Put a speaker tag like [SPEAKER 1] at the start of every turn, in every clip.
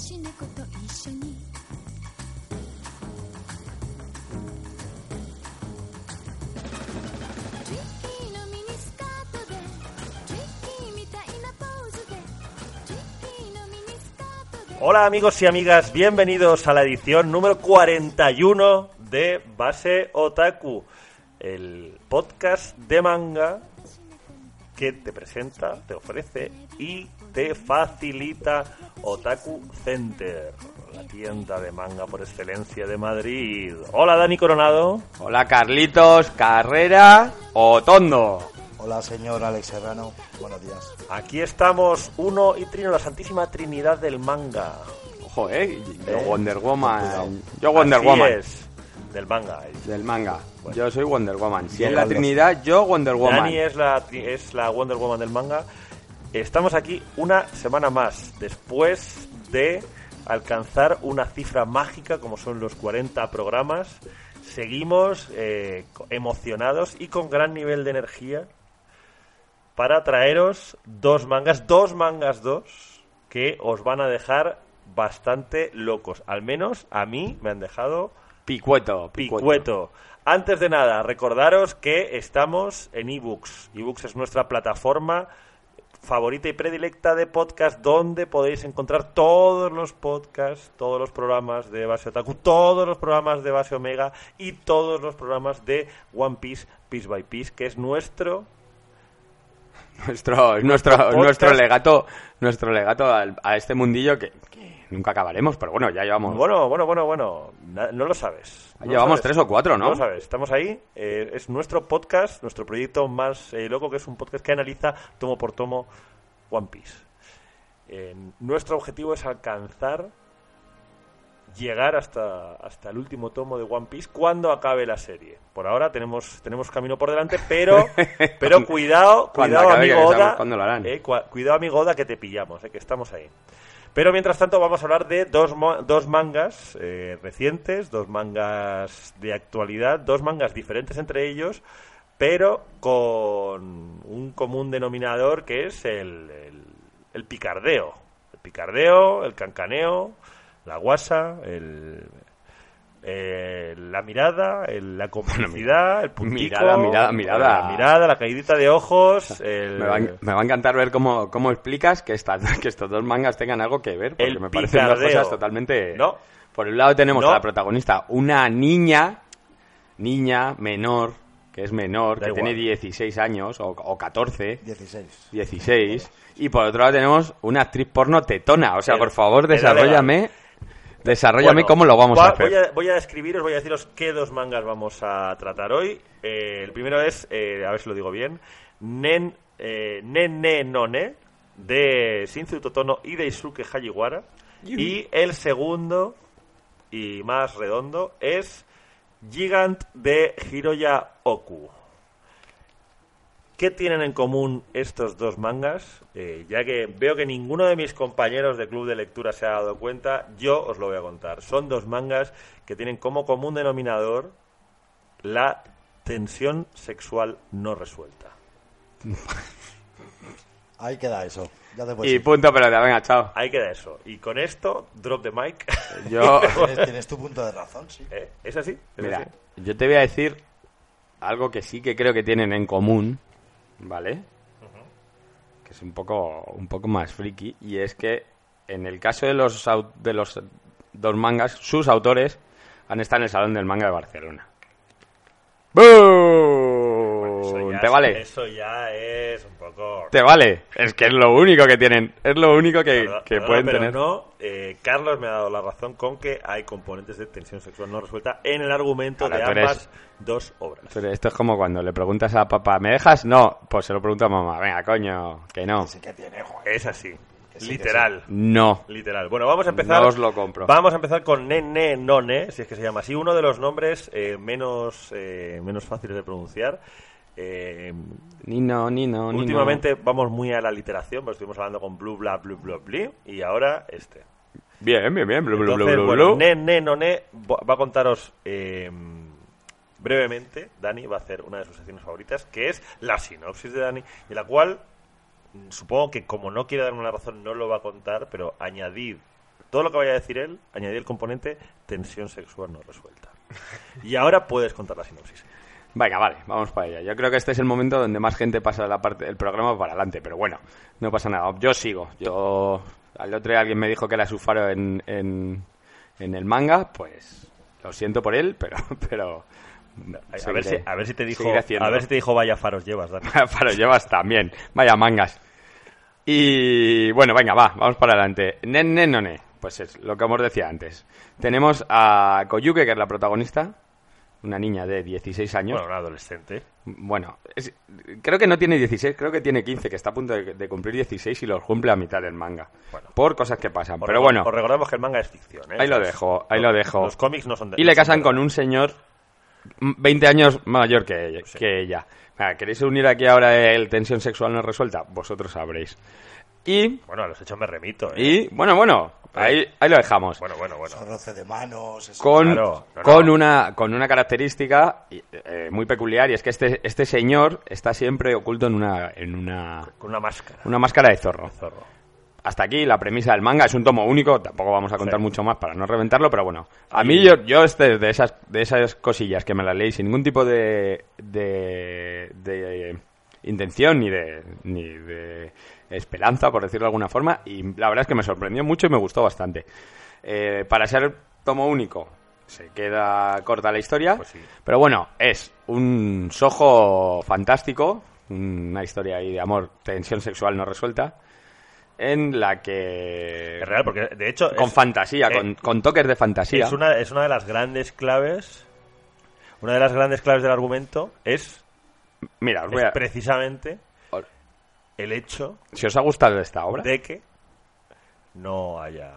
[SPEAKER 1] し猫と一緒に「トリッキーのミニスカートでトリッキーみたいなポーズでトリッキーのミニスカートで」
[SPEAKER 2] Hola amigos y amigas, bienvenidos a la edición número 41 de Base Otaku, el podcast de manga que te presenta, te ofrece y te facilita Otaku Center, la tienda de manga por excelencia de Madrid. Hola Dani Coronado.
[SPEAKER 3] Hola Carlitos, Carrera, Otondo.
[SPEAKER 4] Hola, señor Alex Serrano. Buenos días.
[SPEAKER 2] Aquí estamos Uno y Trino, la Santísima Trinidad del manga.
[SPEAKER 3] Ojo, eh. Yo
[SPEAKER 2] Eh,
[SPEAKER 3] Wonder
[SPEAKER 4] cuidado.
[SPEAKER 3] Woman. Yo Wonder
[SPEAKER 2] Así
[SPEAKER 3] Woman.
[SPEAKER 2] es, del manga.
[SPEAKER 3] Del manga. Yo soy Wonder Woman. Si
[SPEAKER 4] Yo
[SPEAKER 3] es la
[SPEAKER 4] Wonder-
[SPEAKER 3] Trinidad, yo Wonder Woman.
[SPEAKER 2] Dani es la, es la Wonder Woman del manga. Estamos aquí una semana más después de alcanzar una cifra mágica como son los 40 programas. Seguimos eh, co- emocionados y con gran nivel de energía para traeros dos mangas, dos mangas dos, que os van a dejar bastante locos. Al menos a mí me han dejado
[SPEAKER 3] Picueto, picueto.
[SPEAKER 2] Picueto. Antes de nada, recordaros que estamos en eBooks. eBooks es nuestra plataforma favorita y predilecta de podcast donde podéis encontrar todos los podcasts, todos los programas de Base Otaku, todos los programas de Base Omega y todos los programas de One Piece, Piece by Piece, que es nuestro
[SPEAKER 3] Nuestro, nuestro,
[SPEAKER 2] Podcast.
[SPEAKER 3] nuestro legato, nuestro legato al- a, este mundillo que, que nunca acabaremos, pero bueno, ya llevamos.
[SPEAKER 2] Bueno, bueno, bueno, bueno. Na- No lo sabes. No lo
[SPEAKER 3] Llevamos
[SPEAKER 2] sabes.
[SPEAKER 3] tres o cuatro, ¿no?
[SPEAKER 2] No lo sabes. Estamos ahí. Eh, es nuestro podcast, nuestro proyecto más eh, loco, que es un podcast que analiza tomo por tomo One Piece. Eh, nuestro objetivo es alcanzar, llegar hasta, hasta el último tomo de One Piece cuando acabe la serie. Por ahora tenemos, tenemos camino por delante, pero, pero cuidado,
[SPEAKER 3] Cuando
[SPEAKER 2] cuidado,
[SPEAKER 3] acabe, que
[SPEAKER 2] amigo
[SPEAKER 3] no sabemos
[SPEAKER 2] Oda.
[SPEAKER 3] cuándo lo harán.
[SPEAKER 2] eh, cua- cuidado, amigo Oda, que te pillamos, eh, que estamos ahí. Pero mientras tanto vamos a hablar de dos, mo- dos mangas eh, recientes, dos mangas de actualidad, dos mangas diferentes entre ellos, pero con un común denominador que es el, el- el picardeo. El picardeo, el cancaneo, la guasa, el, eh, la mirada, el- la complicidad, el puntico...
[SPEAKER 3] mirada, mirada, mirada.
[SPEAKER 2] La mirada, la caídita de ojos, el...
[SPEAKER 3] Me va, en- me va a encantar ver cómo, cómo explicas que, estas, que estos dos mangas tengan algo que ver, porque
[SPEAKER 2] El
[SPEAKER 3] me parecen dos
[SPEAKER 2] picardeo.
[SPEAKER 3] cosas totalmente...
[SPEAKER 2] No.
[SPEAKER 3] Por un lado tenemos
[SPEAKER 2] No.
[SPEAKER 3] a la protagonista, una niña, niña menor, que es menor,
[SPEAKER 2] Da
[SPEAKER 3] que
[SPEAKER 2] igual.
[SPEAKER 3] tiene 16 años o, o 14,
[SPEAKER 4] 16.
[SPEAKER 3] 16, y por otro lado tenemos una actriz porno tetona. O sea,
[SPEAKER 2] Pero-
[SPEAKER 3] por favor,
[SPEAKER 2] pero
[SPEAKER 3] desarrollame, desarrollame
[SPEAKER 2] Bueno,
[SPEAKER 3] cómo lo vamos
[SPEAKER 2] va-
[SPEAKER 3] a hacer.
[SPEAKER 2] Voy a, voy a describiros, voy a deciros qué dos mangas vamos a tratar hoy. Eh, el primero es, eh, a ver si lo digo bien, Nen, eh, Nen Ne no Ne, de Shinzu Totono y de Isuke Hajiwara. Y el segundo, y más redondo, es Gigant de Hiroya Oku. ¿Qué tienen en común estos dos mangas? Eh, ya que veo que ninguno de mis compañeros de club de lectura se ha dado cuenta, yo os lo voy a contar. Son dos mangas que tienen como común denominador la tensión sexual no resuelta.
[SPEAKER 4] Ahí queda eso. Ya te puedes
[SPEAKER 3] Y pues,
[SPEAKER 4] ir.
[SPEAKER 3] punto, pero venga, chao.
[SPEAKER 2] Ahí queda eso. Y con esto, drop the mic.
[SPEAKER 3] Yo...
[SPEAKER 4] Tienes, tienes tu punto de razón, sí.
[SPEAKER 2] Eh, ¿Es así? ¿Es
[SPEAKER 3] Mira,
[SPEAKER 2] así?
[SPEAKER 3] yo te voy a decir algo que sí que creo que tienen en común, ¿vale? Que es un poco, un poco más friki, y es que en el caso de los, au- de los dos mangas, sus autores han estado en el Salón del Manga de Barcelona. ¡Bum!
[SPEAKER 2] Eso ya
[SPEAKER 3] ¿Te
[SPEAKER 2] es-
[SPEAKER 3] vale?
[SPEAKER 2] Eso ya es un poco...
[SPEAKER 3] ¿Te vale? Es que es lo único que tienen, es lo único que,
[SPEAKER 2] Perdón-
[SPEAKER 3] que
[SPEAKER 2] perdona,
[SPEAKER 3] pueden
[SPEAKER 2] pero
[SPEAKER 3] tener.
[SPEAKER 2] no, eh, Carlos me ha dado la razón con que hay componentes de tensión sexual no resuelta en el argumento
[SPEAKER 3] Ahora,
[SPEAKER 2] de
[SPEAKER 3] tú eres-
[SPEAKER 2] ambas dos obras.
[SPEAKER 3] Pero esto es como cuando le preguntas a papá, ¿me dejas? No, pues se lo pregunta a mamá, venga, coño, que no.
[SPEAKER 4] Sí que tiene, joder.
[SPEAKER 2] Es así,
[SPEAKER 4] Que sí,
[SPEAKER 2] literal.
[SPEAKER 3] No.
[SPEAKER 2] Literal. Bueno, vamos a empezar.
[SPEAKER 3] No os lo compro.
[SPEAKER 2] Vamos a empezar con Nene None, si es que se llama así. Uno de los nombres eh, menos, eh, menos fáciles de pronunciar. Eh,
[SPEAKER 3] Ni no, ni no, ni
[SPEAKER 2] últimamente vamos muy a la literación, pues estuvimos hablando con Blue, Bla, Blue, Bla, Bli, y ahora este.
[SPEAKER 3] no. Bien, bien, bien. Blu, blu, blu,
[SPEAKER 2] Entonces,
[SPEAKER 3] blu,
[SPEAKER 2] bueno,
[SPEAKER 3] blu.
[SPEAKER 2] Ne, Ne, no, Ne va va a contaros eh, brevemente. Dani va a hacer una de sus secciones favoritas, que es la sinopsis de Dani, y la cual mm, supongo que como no quiere darme una razón no lo va a contar, pero añadid todo lo que vaya a decir él, añadir el componente tensión sexual no resuelta. Y ahora puedes contar la sinopsis.
[SPEAKER 3] Venga, vale, vamos para ella. Yo creo que este es el momento donde más gente pasa la parte, el programa para adelante, pero bueno, no pasa nada. Yo sigo. Yo al otro día alguien me dijo que era su faro en, en, en el manga, pues lo siento por él, pero pero
[SPEAKER 2] A, a
[SPEAKER 3] seguiré-
[SPEAKER 2] ver, si, a ver si te dijo,
[SPEAKER 3] seguiré haciendo.
[SPEAKER 2] a ver si te dijo vaya faros llevas, Dani.
[SPEAKER 3] Faro llevas también. Vaya mangas. Y bueno, venga, va, vamos para adelante. Nen, nen, none. Pues es lo que os decía antes. Tenemos a Koyuke, que es la protagonista, una niña de 16 años.
[SPEAKER 2] Bueno, un adolescente.
[SPEAKER 3] Bueno, es- creo que no tiene 16, creo que tiene 15, que está a punto de, de cumplir 16 y los cumple a mitad del manga.
[SPEAKER 2] Bueno.
[SPEAKER 3] por cosas que pasan.
[SPEAKER 2] Os
[SPEAKER 3] Pero
[SPEAKER 2] recor-
[SPEAKER 3] bueno,
[SPEAKER 2] Os recordamos que el manga es ficción, ¿eh?
[SPEAKER 3] ahí lo
[SPEAKER 2] Los-
[SPEAKER 3] dejo, ahí lo dejo.
[SPEAKER 2] Los cómics no son de
[SPEAKER 3] y le casan con un señor mm, 20 años mayor que ella.
[SPEAKER 2] Sí.
[SPEAKER 3] Que ella. Nada, ¿Queréis unir aquí ahora el tensión sexual no resuelta? Vosotros sabréis. Y,
[SPEAKER 2] Bueno, a los hechos me remito, ¿eh?
[SPEAKER 3] y bueno, bueno, ahí, ahí lo dejamos.
[SPEAKER 2] Bueno, bueno, bueno.
[SPEAKER 4] Esos roce de manos. eso-
[SPEAKER 3] con,
[SPEAKER 2] Claro, no,
[SPEAKER 3] con,
[SPEAKER 2] no.
[SPEAKER 3] Una, con una característica eh, eh, muy peculiar y es que este, este señor está siempre oculto en una, en una,
[SPEAKER 2] Con una máscara.
[SPEAKER 3] una máscara de zorro.
[SPEAKER 2] Zorro.
[SPEAKER 3] Hasta aquí la premisa del manga, es un tomo único, tampoco vamos a contar
[SPEAKER 2] Sí.
[SPEAKER 3] mucho más para no reventarlo, pero bueno. A mí yo, yo este, de, esas, de esas cosillas que me las leí sin ningún tipo de, de, de intención ni de, ni de esperanza, por decirlo de alguna forma, y la verdad es que me sorprendió mucho y me gustó bastante. Eh, para ser tomo único, se queda corta la historia,
[SPEAKER 2] Pues sí.
[SPEAKER 3] pero bueno, es un sojo fantástico, una historia ahí de amor, tensión sexual no resuelta en la que
[SPEAKER 2] Es real, porque de hecho.
[SPEAKER 3] con
[SPEAKER 2] es-
[SPEAKER 3] fantasía,
[SPEAKER 2] eh,
[SPEAKER 3] con, con toques de fantasía.
[SPEAKER 2] Es una, es una de las grandes claves. Una de las grandes claves del argumento es,
[SPEAKER 3] Mira, os
[SPEAKER 2] es
[SPEAKER 3] Pues voy a-
[SPEAKER 2] precisamente
[SPEAKER 3] os-
[SPEAKER 2] el hecho
[SPEAKER 3] si os ha gustado esta obra,
[SPEAKER 2] de que no haya.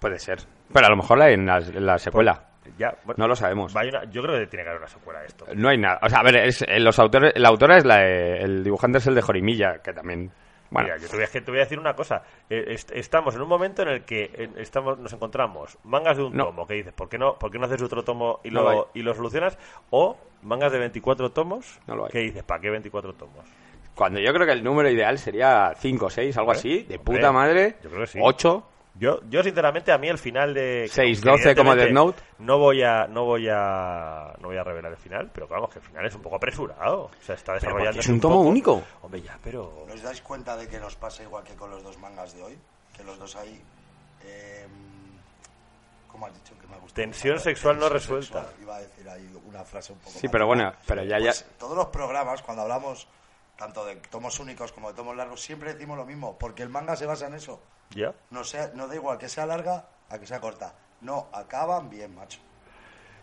[SPEAKER 3] puede ser. Pero a lo mejor la hay en la, en la secuela.
[SPEAKER 2] Ya, bueno,
[SPEAKER 3] No lo sabemos.
[SPEAKER 2] vaya una- yo creo que tiene que haber una secuela a esto.
[SPEAKER 3] No hay nada. O sea, a ver, es- eh, los autores, la autora es la de- el dibujante es el de Jorimilla, que también. Bueno,
[SPEAKER 2] Mira, yo te voy, a, que te voy a decir una cosa. Eh, est- estamos en un momento en el que eh, estamos, nos encontramos mangas de un
[SPEAKER 3] No.
[SPEAKER 2] tomo, que dices, ¿por qué no, por qué no haces otro tomo y
[SPEAKER 3] No
[SPEAKER 2] lo,
[SPEAKER 3] lo hay.
[SPEAKER 2] y lo solucionas? O mangas de 24 tomos,
[SPEAKER 3] No lo hay.
[SPEAKER 2] que dices, ¿para qué 24 tomos?
[SPEAKER 3] cuando yo creo que el número ideal sería 5 o 6, algo
[SPEAKER 2] Hombre,
[SPEAKER 3] así, de
[SPEAKER 2] hombre,
[SPEAKER 3] puta madre.
[SPEAKER 2] yo creo que sí.
[SPEAKER 3] 8.
[SPEAKER 2] Yo, yo sinceramente, a mí el final de...
[SPEAKER 3] 6-12 como
[SPEAKER 2] evidentemente,
[SPEAKER 3] Death Note.
[SPEAKER 2] No voy, a, no, voy a, no voy a revelar el final, pero vamos, que el final es un poco apresurado. O sea, está
[SPEAKER 3] Pero
[SPEAKER 2] desarrollando...
[SPEAKER 3] porque es un tomo único.
[SPEAKER 2] Hombre, ya, pero...
[SPEAKER 4] ¿Nos dais cuenta de que nos pasa igual que con los dos mangas de hoy? Que los dos hay. Eh, ¿Cómo has dicho que me gusta?
[SPEAKER 2] Tensión sexual no resuelta.
[SPEAKER 4] Iba a decir ahí una frase un poco.
[SPEAKER 3] Sí,
[SPEAKER 4] más
[SPEAKER 3] pero
[SPEAKER 4] larga.
[SPEAKER 3] bueno, pero ya, ya.
[SPEAKER 4] Pues todos los programas, cuando hablamos tanto de tomos únicos como de tomos largos, siempre decimos lo mismo, porque el manga se basa en eso.
[SPEAKER 2] Ya.
[SPEAKER 4] No, sea, no da igual que sea larga a que sea corta. No, acaban bien, macho.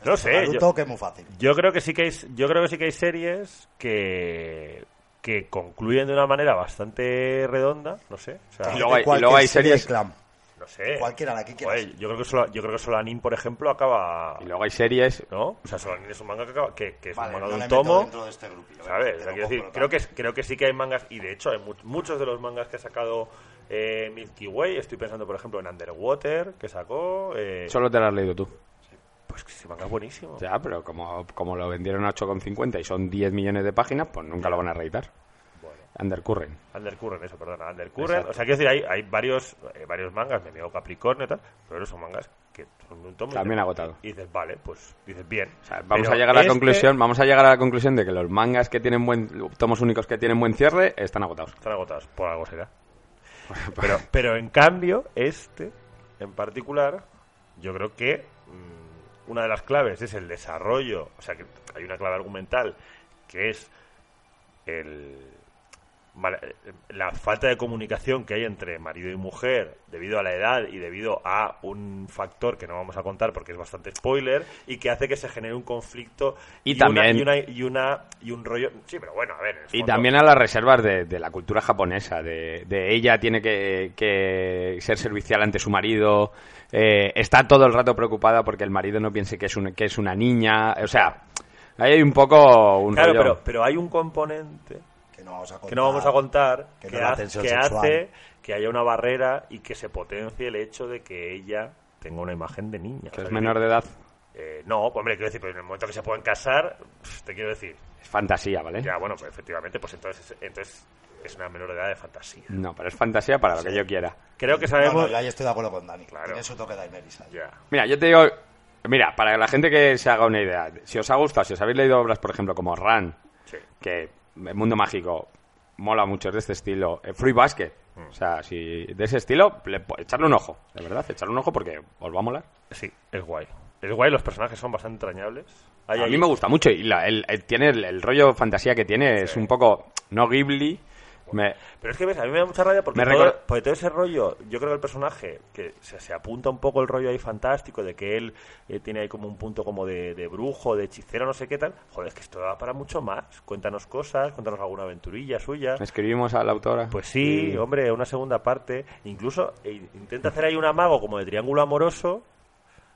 [SPEAKER 2] No sé. yo-
[SPEAKER 4] Naruto, que es muy fácil.
[SPEAKER 2] Yo creo que sí que hay, yo creo que sí que hay series que que concluyen de una manera bastante redonda, no sé, o sea,
[SPEAKER 3] Y luego hay- y luego hay
[SPEAKER 4] Cualquier serie
[SPEAKER 3] series-
[SPEAKER 4] de Clam.
[SPEAKER 2] no sé.
[SPEAKER 4] Cualquiera, la que quieras.
[SPEAKER 2] Joder, yo creo que solo, yo creo que Solanin, por ejemplo, acaba,
[SPEAKER 3] Y luego hay series.
[SPEAKER 2] ¿no? O sea, Solanin es un manga que acaba, que, que es
[SPEAKER 4] Vale,
[SPEAKER 2] un manga
[SPEAKER 4] no
[SPEAKER 2] de
[SPEAKER 4] me
[SPEAKER 2] un
[SPEAKER 4] meto
[SPEAKER 2] tomo,
[SPEAKER 4] dentro de este grupillo, venga,
[SPEAKER 2] ¿sabes?
[SPEAKER 4] te
[SPEAKER 2] O
[SPEAKER 4] lo
[SPEAKER 2] sea, quiero decir,
[SPEAKER 4] compro,
[SPEAKER 2] creo que
[SPEAKER 4] tal.
[SPEAKER 2] creo que sí que hay mangas y de hecho hay mu- muchos de los mangas que ha sacado eh, Milky Way, estoy pensando por ejemplo en Underwater que sacó, eh,
[SPEAKER 3] Solo te lo has leído tú.
[SPEAKER 2] pues que ese manga es buenísimo.
[SPEAKER 3] Ya, pero como, como lo vendieron a 8,50 y son 10 millones de páginas, pues nunca lo van a reeditar.
[SPEAKER 2] Bueno.
[SPEAKER 3] Undercurrent.
[SPEAKER 2] Undercurrent, eso, perdona, Undercurrent.
[SPEAKER 3] Exacto.
[SPEAKER 2] O sea, quiero decir, hay, hay varios eh, varios mangas, mi amigo Capricornio y tal, pero son mangas que son de un tomo. y
[SPEAKER 3] También
[SPEAKER 2] dices-
[SPEAKER 3] agotado.
[SPEAKER 2] Y dices, vale, pues dices, bien.
[SPEAKER 3] O sea, vamos
[SPEAKER 2] Pero
[SPEAKER 3] a llegar a la
[SPEAKER 2] este-
[SPEAKER 3] conclusión, vamos a llegar a la conclusión de que los mangas que tienen buen tomos únicos que tienen buen cierre están agotados.
[SPEAKER 2] Están agotados, por algo será. pero, pero en cambio, este en particular, yo creo que mm, una de las claves es el desarrollo. O sea, que hay una clave argumental que es el, mal- eh, la falta de comunicación que hay entre marido y mujer debido a la edad y debido a un factor que no vamos a contar porque es bastante spoiler y que hace que se genere un conflicto
[SPEAKER 3] Y
[SPEAKER 2] una-
[SPEAKER 3] también-
[SPEAKER 2] y, una, y, una, y un rollo sí pero bueno a ver en el
[SPEAKER 3] Y
[SPEAKER 2] fondo-
[SPEAKER 3] también a las reservas de, de la cultura japonesa, de, de ella tiene que, que ser servicial ante su marido, eh, está todo el rato preocupada porque el marido no piense que es, un- que es una niña, o sea, ahí hay un poco un
[SPEAKER 2] claro
[SPEAKER 3] rollo.
[SPEAKER 2] pero pero hay un componente
[SPEAKER 4] Que no vamos a contar.
[SPEAKER 2] que no vamos a contar,
[SPEAKER 4] que
[SPEAKER 2] que,
[SPEAKER 4] no la
[SPEAKER 2] ha-
[SPEAKER 4] tensión
[SPEAKER 2] que
[SPEAKER 4] sexual.
[SPEAKER 2] hace que haya una barrera y que se potencie el hecho de que ella tenga una imagen de niña. O
[SPEAKER 3] que
[SPEAKER 2] sea,
[SPEAKER 3] es menor de edad,
[SPEAKER 2] eh, no, pues, hombre, quiero decir, pero en el momento que se puedan casar, pff, te quiero decir,
[SPEAKER 3] es fantasía, ¿vale?
[SPEAKER 2] ya bueno, pues efectivamente, pues entonces, entonces es una menor de edad de fantasía.
[SPEAKER 3] No, pero es fantasía para lo que yo quiera.
[SPEAKER 2] Creo que
[SPEAKER 4] No, no,
[SPEAKER 2] sabemos.
[SPEAKER 4] yo ahí estoy de acuerdo con Dani.
[SPEAKER 2] Claro.
[SPEAKER 4] Tiene su toque Daenerys ahí.
[SPEAKER 2] Ya.
[SPEAKER 3] Mira, yo te digo, mira, para la gente que se haga una idea, si os ha gustado, si os habéis leído obras, por ejemplo, como Ran,
[SPEAKER 2] Sí.
[SPEAKER 3] que el mundo mágico mola mucho, es de este estilo, eh, Free Basket,
[SPEAKER 2] Mm.
[SPEAKER 3] o sea, si de ese estilo, le po- echarle un ojo, de verdad, echarle un ojo porque os va a molar.
[SPEAKER 2] Sí, es guay. Es guay, los personajes son bastante entrañables. Hay
[SPEAKER 3] a
[SPEAKER 2] ahí-
[SPEAKER 3] mí me gusta mucho y la- el, el- tiene el, el rollo fantasía que tiene, es un poco, no Ghibli, me-
[SPEAKER 2] Pero es que ves, a mí me da mucha rabia porque,
[SPEAKER 3] Me
[SPEAKER 2] todo,
[SPEAKER 3] recuerda-
[SPEAKER 2] porque todo ese rollo, yo creo que el personaje que se, se apunta un poco el rollo ahí fantástico de que él eh, tiene ahí como un punto como de, de brujo, de hechicero, no sé qué tal. Joder, es que esto da para mucho más. Cuéntanos cosas, cuéntanos alguna aventurilla suya.
[SPEAKER 3] escribimos a la autora.
[SPEAKER 2] Pues sí,
[SPEAKER 3] y-
[SPEAKER 2] hombre, una segunda parte. Incluso eh, intenta hacer ahí un amago como de triángulo amoroso,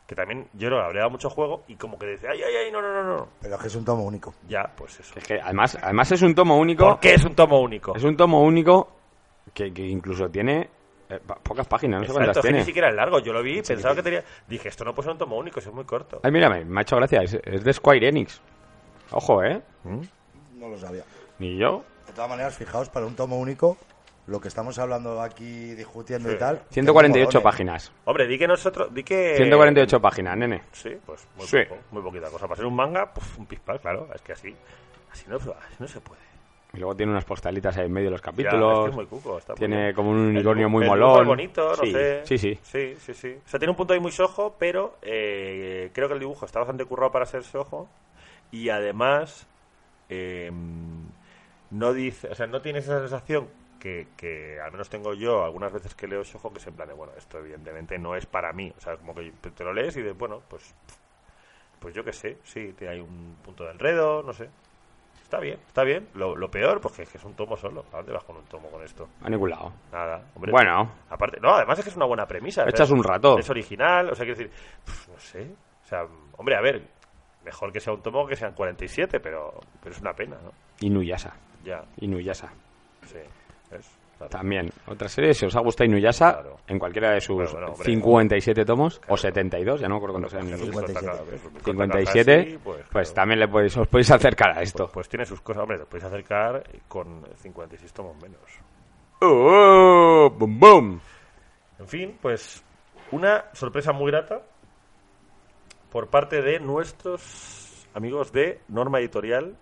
[SPEAKER 2] que también yo no le habría dado mucho juego, y como que dice, ay, ay, ay, no, no, no, no.
[SPEAKER 4] Pero es que es un tomo único.
[SPEAKER 2] Ya, pues eso.
[SPEAKER 3] Es que además, además es un tomo único.
[SPEAKER 2] ¿Por qué es un tomo único?
[SPEAKER 3] Es un tomo único que, que incluso tiene eh, pa- pocas páginas, no sé
[SPEAKER 2] Exacto,
[SPEAKER 3] cuántas
[SPEAKER 2] es que
[SPEAKER 3] tiene.
[SPEAKER 2] ni siquiera es largo. Yo lo vi, pensaba que tenía. Dije, esto no puede ser un tomo único, eso es muy corto.
[SPEAKER 3] Ay, mírame, me ha hecho gracia, es, es de Square Enix. Ojo, ¿eh?
[SPEAKER 2] ¿Mm?
[SPEAKER 4] No lo sabía.
[SPEAKER 3] Ni yo.
[SPEAKER 4] De todas maneras, fijaos, para un tomo único, lo que estamos hablando aquí, discutiendo
[SPEAKER 2] Sí.
[SPEAKER 4] y tal.
[SPEAKER 3] 148
[SPEAKER 4] que-
[SPEAKER 3] páginas.
[SPEAKER 2] Hombre, di que nosotros. Di que.
[SPEAKER 3] 148 páginas, nene.
[SPEAKER 2] Sí, pues muy
[SPEAKER 3] Sí.
[SPEAKER 2] poco, muy poquita cosa. Para ser un manga, pues un pispal, claro. Es que así. Así no, así no se puede.
[SPEAKER 3] Y luego tiene unas postalitas ahí en medio de los
[SPEAKER 2] Ya,
[SPEAKER 3] capítulos.
[SPEAKER 2] es que es muy cuco, está muy
[SPEAKER 3] tiene
[SPEAKER 2] bien.
[SPEAKER 3] como un unicornio
[SPEAKER 2] El-
[SPEAKER 3] muy
[SPEAKER 2] el
[SPEAKER 3] molón.
[SPEAKER 2] dibujo es bonito, no
[SPEAKER 3] sí,
[SPEAKER 2] sé.
[SPEAKER 3] Sí, sí.
[SPEAKER 2] Sí, sí, sí. O sea, tiene un punto ahí muy sojo, pero eh, creo que el dibujo está bastante currado para ser sojo. Y además, eh, no dice, o sea, no tiene esa sensación que, que al menos tengo yo algunas veces que leo sojo, que es en plan de, bueno, esto evidentemente no es para mí. O sea, como que te lo lees y dices, bueno, pues, pues yo qué sé, sí, tiene ahí un punto de enredo, no sé. Está bien, está bien. Lo, lo peor, pues que es que es un tomo solo. ¿A dónde vas con un tomo con esto?
[SPEAKER 3] A ningún lado.
[SPEAKER 2] Nada, hombre.
[SPEAKER 3] Bueno.
[SPEAKER 2] Aparte, no, además es que es una buena premisa. o sea,
[SPEAKER 3] Echas un rato.
[SPEAKER 2] Es original, o sea, quiero decir, pf, no sé. O sea, hombre, a ver, mejor que sea un tomo que sean 47, pero, pero es una pena, ¿no?
[SPEAKER 3] Inuyasha.
[SPEAKER 2] Ya,
[SPEAKER 3] Inuyasha.
[SPEAKER 2] sí. Es, claro.
[SPEAKER 3] También. Otra serie, si os ha gustado Inuyasha,
[SPEAKER 2] Claro.
[SPEAKER 3] en cualquiera de sus
[SPEAKER 2] Bueno, bueno, hombre.
[SPEAKER 3] 57 tomos, o 72, ya no me acuerdo cuántos
[SPEAKER 2] Pero
[SPEAKER 3] eran.
[SPEAKER 2] esto está tan- pues, pues,
[SPEAKER 3] 57,
[SPEAKER 2] así,
[SPEAKER 3] pues,
[SPEAKER 2] claro.
[SPEAKER 3] también le podéis, os podéis acercar a
[SPEAKER 2] Pues,
[SPEAKER 3] esto.
[SPEAKER 2] pues tiene sus cosas, hombre, te puedes acercar con 56 tomos menos.
[SPEAKER 3] ¡Oh! ¡Bum, bum!
[SPEAKER 2] En fin, pues una sorpresa muy grata por parte de nuestros amigos de Norma Editorial.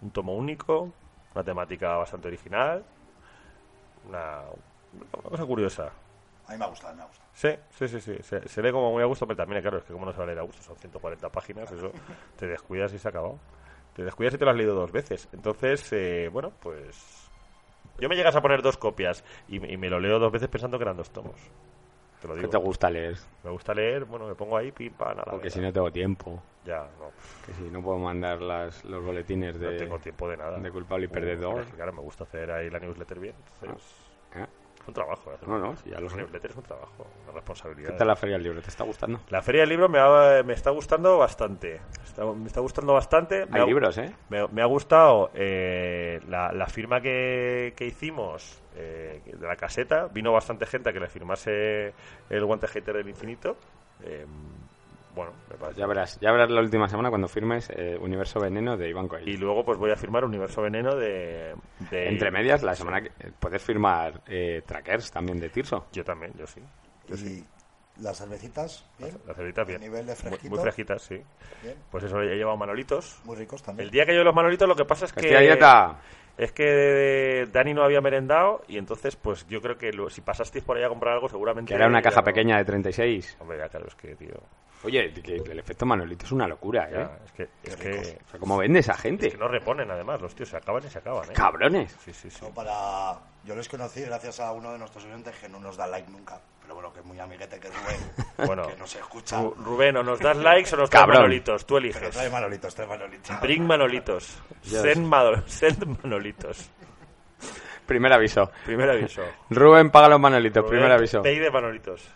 [SPEAKER 2] Un tomo único, una temática bastante original, una, una cosa curiosa.
[SPEAKER 4] A mí me ha gustado, me ha gustado.
[SPEAKER 2] Sí, sí, sí, sí. Se, se lee como muy a gusto, pero también, claro, es que como no se va a leer a gusto, son 140 páginas, eso te descuidas y se ha acabado. Te descuidas y te lo has leído dos veces. Entonces, eh, bueno, pues... Yo me llegas a poner dos copias y, me- y me lo leo dos veces pensando que eran dos tomos. Te lo
[SPEAKER 3] ¿Qué
[SPEAKER 2] digo.
[SPEAKER 3] te gusta leer?
[SPEAKER 2] Me gusta leer, bueno, me pongo ahí, pim, pam, a la
[SPEAKER 3] Porque
[SPEAKER 2] vez.
[SPEAKER 3] si no tengo tiempo,
[SPEAKER 2] Ya, no,
[SPEAKER 3] que si no puedo mandar las, los boletines de...
[SPEAKER 2] no tengo tiempo de nada.
[SPEAKER 3] de culpable y perdedor.
[SPEAKER 2] es que, claro, me gusta hacer ahí la newsletter bien. Entonces,
[SPEAKER 3] ¿Eh?
[SPEAKER 2] es un trabajo. hacer
[SPEAKER 3] No,
[SPEAKER 2] una-
[SPEAKER 3] no, ya lo
[SPEAKER 2] una
[SPEAKER 3] sé.
[SPEAKER 2] newsletter es un trabajo, una responsabilidad.
[SPEAKER 3] ¿Qué tal la feria del libro? ¿Te está gustando?
[SPEAKER 2] La feria del libro me, ha- me está gustando bastante. Está- me está gustando bastante. Me
[SPEAKER 3] Hay
[SPEAKER 2] ha,
[SPEAKER 3] libros, ¿eh?
[SPEAKER 2] Me, me ha gustado eh, la, la firma que, que hicimos eh, de la caseta. Vino bastante gente a que le firmase el guante hater del infinito. Eh, bueno, me parece.
[SPEAKER 3] Ya verás, ya verás la última semana cuando firmes eh, Universo Veneno de Iván Coelho.
[SPEAKER 2] Y luego pues voy a firmar Universo Veneno de... de-
[SPEAKER 3] Entre medias, la semana que eh, puedes firmar eh, trackers también de Tirso.
[SPEAKER 2] Yo también, yo sí.
[SPEAKER 4] Y las cervecitas, bien.
[SPEAKER 2] Las cerditas
[SPEAKER 4] A
[SPEAKER 2] bien.
[SPEAKER 4] nivel de fresquito.
[SPEAKER 2] Muy, muy fresquitas, sí.
[SPEAKER 4] bien.
[SPEAKER 2] Pues eso, he llevado manolitos.
[SPEAKER 4] Muy ricos también.
[SPEAKER 2] El día que yo los manolitos lo que pasa es que...
[SPEAKER 3] ¡Castilla dieta!
[SPEAKER 2] Es que Dani no había merendado y entonces, pues yo creo que lo- si pasasteis por ahí a comprar algo, seguramente.
[SPEAKER 3] Que era una
[SPEAKER 2] ya
[SPEAKER 3] caja
[SPEAKER 2] no-
[SPEAKER 3] pequeña de 36.
[SPEAKER 2] Hombre, ya, claro, es que, tío.
[SPEAKER 3] Oye, que el efecto Manolito es una locura, ¿eh?
[SPEAKER 2] ya, es que, es que,
[SPEAKER 3] O sea, ¿cómo vende esa gente?
[SPEAKER 2] es que no reponen, además, los tíos se acaban y se acaban, ¿eh?
[SPEAKER 3] ¡Cabrones!
[SPEAKER 2] Sí, sí, sí.
[SPEAKER 4] No, para... Yo los conocí gracias a uno de nuestros oyentes que no nos da like nunca. Pero bueno, que es muy amiguete que es Rubén.
[SPEAKER 2] Bueno.
[SPEAKER 4] que no se escucha.
[SPEAKER 2] Ru- Rubén, o nos das likes o nos das
[SPEAKER 3] Cabrón.
[SPEAKER 2] manolitos. Tú
[SPEAKER 4] Pero
[SPEAKER 2] eliges.
[SPEAKER 4] trae manolitos, trae manolitos.
[SPEAKER 2] Bring manolitos.
[SPEAKER 3] Ya
[SPEAKER 2] Send, mado- send manolitos.
[SPEAKER 3] Primer aviso.
[SPEAKER 2] Primer aviso.
[SPEAKER 3] Rubén paga los Manolitos,
[SPEAKER 2] Rubén,
[SPEAKER 3] primer aviso.
[SPEAKER 2] pay de manolitos.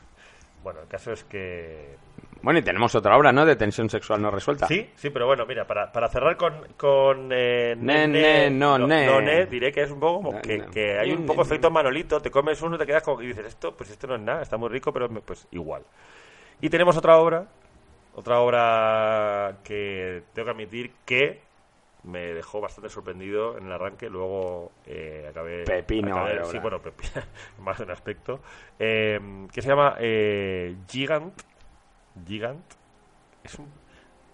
[SPEAKER 2] Bueno, el caso es que
[SPEAKER 3] Bueno, y tenemos otra obra, ¿no? De tensión sexual no resuelta.
[SPEAKER 2] Sí, sí, pero bueno, mira, para, para cerrar con, con eh,
[SPEAKER 3] Ne, ne, no, ne.
[SPEAKER 2] diré que es un poco como
[SPEAKER 3] No,
[SPEAKER 2] que,
[SPEAKER 3] no.
[SPEAKER 2] que hay
[SPEAKER 3] Ne,
[SPEAKER 2] un
[SPEAKER 3] ne,
[SPEAKER 2] poco
[SPEAKER 3] ne.
[SPEAKER 2] efecto manolito, te comes uno, te quedas como que dices, esto, pues esto no es nada, está muy rico, pero me- pues igual. Y tenemos otra obra, otra obra que tengo que admitir que me dejó bastante sorprendido en el arranque. Luego eh, acabé.
[SPEAKER 3] Pepino de
[SPEAKER 2] acabé-
[SPEAKER 3] obra.
[SPEAKER 2] sí, bueno, pepino, más en aspecto. Eh, que se llama eh, Gigant. Gigant. Es un,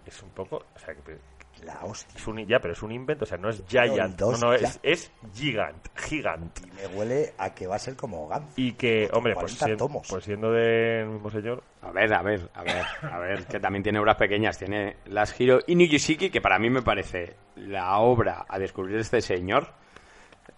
[SPEAKER 2] es un poco. O sea, que-
[SPEAKER 5] La hostia.
[SPEAKER 2] es un, ya, pero es un invento. O sea, no es Giant. No,
[SPEAKER 5] dos,
[SPEAKER 2] no,
[SPEAKER 5] ya.
[SPEAKER 2] es, es Gigant. Gigant.
[SPEAKER 5] Y me huele a que va a ser como Gantz.
[SPEAKER 2] Y que, hombre, pues,
[SPEAKER 5] 40
[SPEAKER 2] sien-
[SPEAKER 5] tomos.
[SPEAKER 2] pues siendo del mismo señor,
[SPEAKER 3] A ver, a ver, a ver, a ver, que también tiene obras pequeñas. Tiene Las Hiro Inuyushiki, que para mí me parece la obra a descubrir este señor.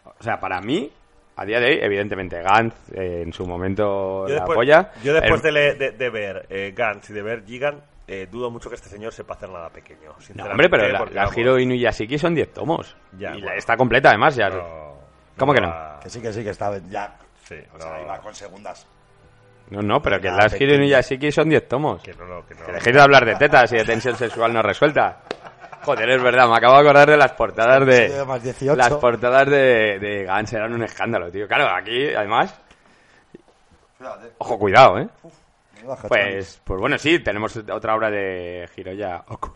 [SPEAKER 3] O sea, para mí, a día de hoy, evidentemente, Gantz eh, en su momento
[SPEAKER 2] Yo
[SPEAKER 3] la
[SPEAKER 2] después,
[SPEAKER 3] polla. Eh,
[SPEAKER 2] yo después
[SPEAKER 3] El-
[SPEAKER 2] de, le- de- de ver eh, Gantz y de ver Gigant, eh, dudo mucho que este señor sepa hacer nada pequeño.
[SPEAKER 3] No,
[SPEAKER 2] sinceramente,
[SPEAKER 3] hombre, pero la,
[SPEAKER 2] porque,
[SPEAKER 3] la
[SPEAKER 2] vamos,
[SPEAKER 3] Hiro Inuyashiki son 10 tomos.
[SPEAKER 2] Ya,
[SPEAKER 3] y la-
[SPEAKER 2] bueno.
[SPEAKER 3] está completa, además. ya No,
[SPEAKER 2] no-
[SPEAKER 3] ¿Cómo que no?
[SPEAKER 2] va-
[SPEAKER 5] Que sí, que sí, que está ya.
[SPEAKER 2] sí,
[SPEAKER 4] O sea,
[SPEAKER 2] no,
[SPEAKER 4] iba con segundas.
[SPEAKER 3] no, pero que
[SPEAKER 5] Ah,
[SPEAKER 3] Las Hiro
[SPEAKER 5] pequeña.
[SPEAKER 3] Inuyashiki son 10 tomos.
[SPEAKER 2] que no, no, que no.
[SPEAKER 3] Que dejéis de hablar de tetas y de tensión sexual no resuelta. Joder, es verdad, me acabo de acordar de las portadas de.
[SPEAKER 5] Sí, más 18.
[SPEAKER 3] Eh, Las portadas de, de Gans eran un escándalo, tío. Claro, aquí, además.
[SPEAKER 4] Fíjate.
[SPEAKER 3] Ojo, cuidado, ¿eh?
[SPEAKER 5] me baja, chaval.
[SPEAKER 3] Pues, pues bueno, sí, tenemos otra obra de Hiroya Oku.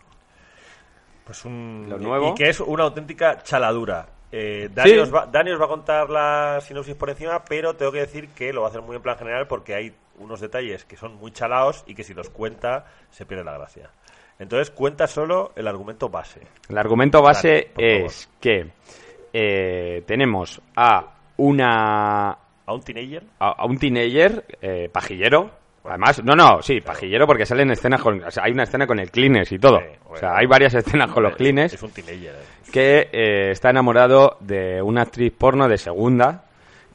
[SPEAKER 2] Pues un,
[SPEAKER 3] Lo nuevo.
[SPEAKER 2] Y que es una auténtica chaladura. Eh, Dani,
[SPEAKER 3] Sí.
[SPEAKER 2] os va, Dani os va a contar la sinopsis por encima, pero tengo que decir que lo va a hacer muy en plan general porque hay unos detalles que son muy chalaos y que si los cuenta se pierde la gracia. Entonces cuenta solo el argumento base.
[SPEAKER 3] El argumento base
[SPEAKER 2] Dale, por favor.
[SPEAKER 3] es que eh, tenemos a una
[SPEAKER 2] A un teenager
[SPEAKER 3] a, a un teenager eh, pajillero. Además, no, no, sí, pajillero porque salen escenas con... O sea, hay una escena con el Kleenex y todo.
[SPEAKER 2] Sí, bueno. Eh,
[SPEAKER 3] o sea, hay varias escenas con los Kleenex.
[SPEAKER 2] es un teenager. eh.
[SPEAKER 3] que eh, está enamorado de una actriz porno de segunda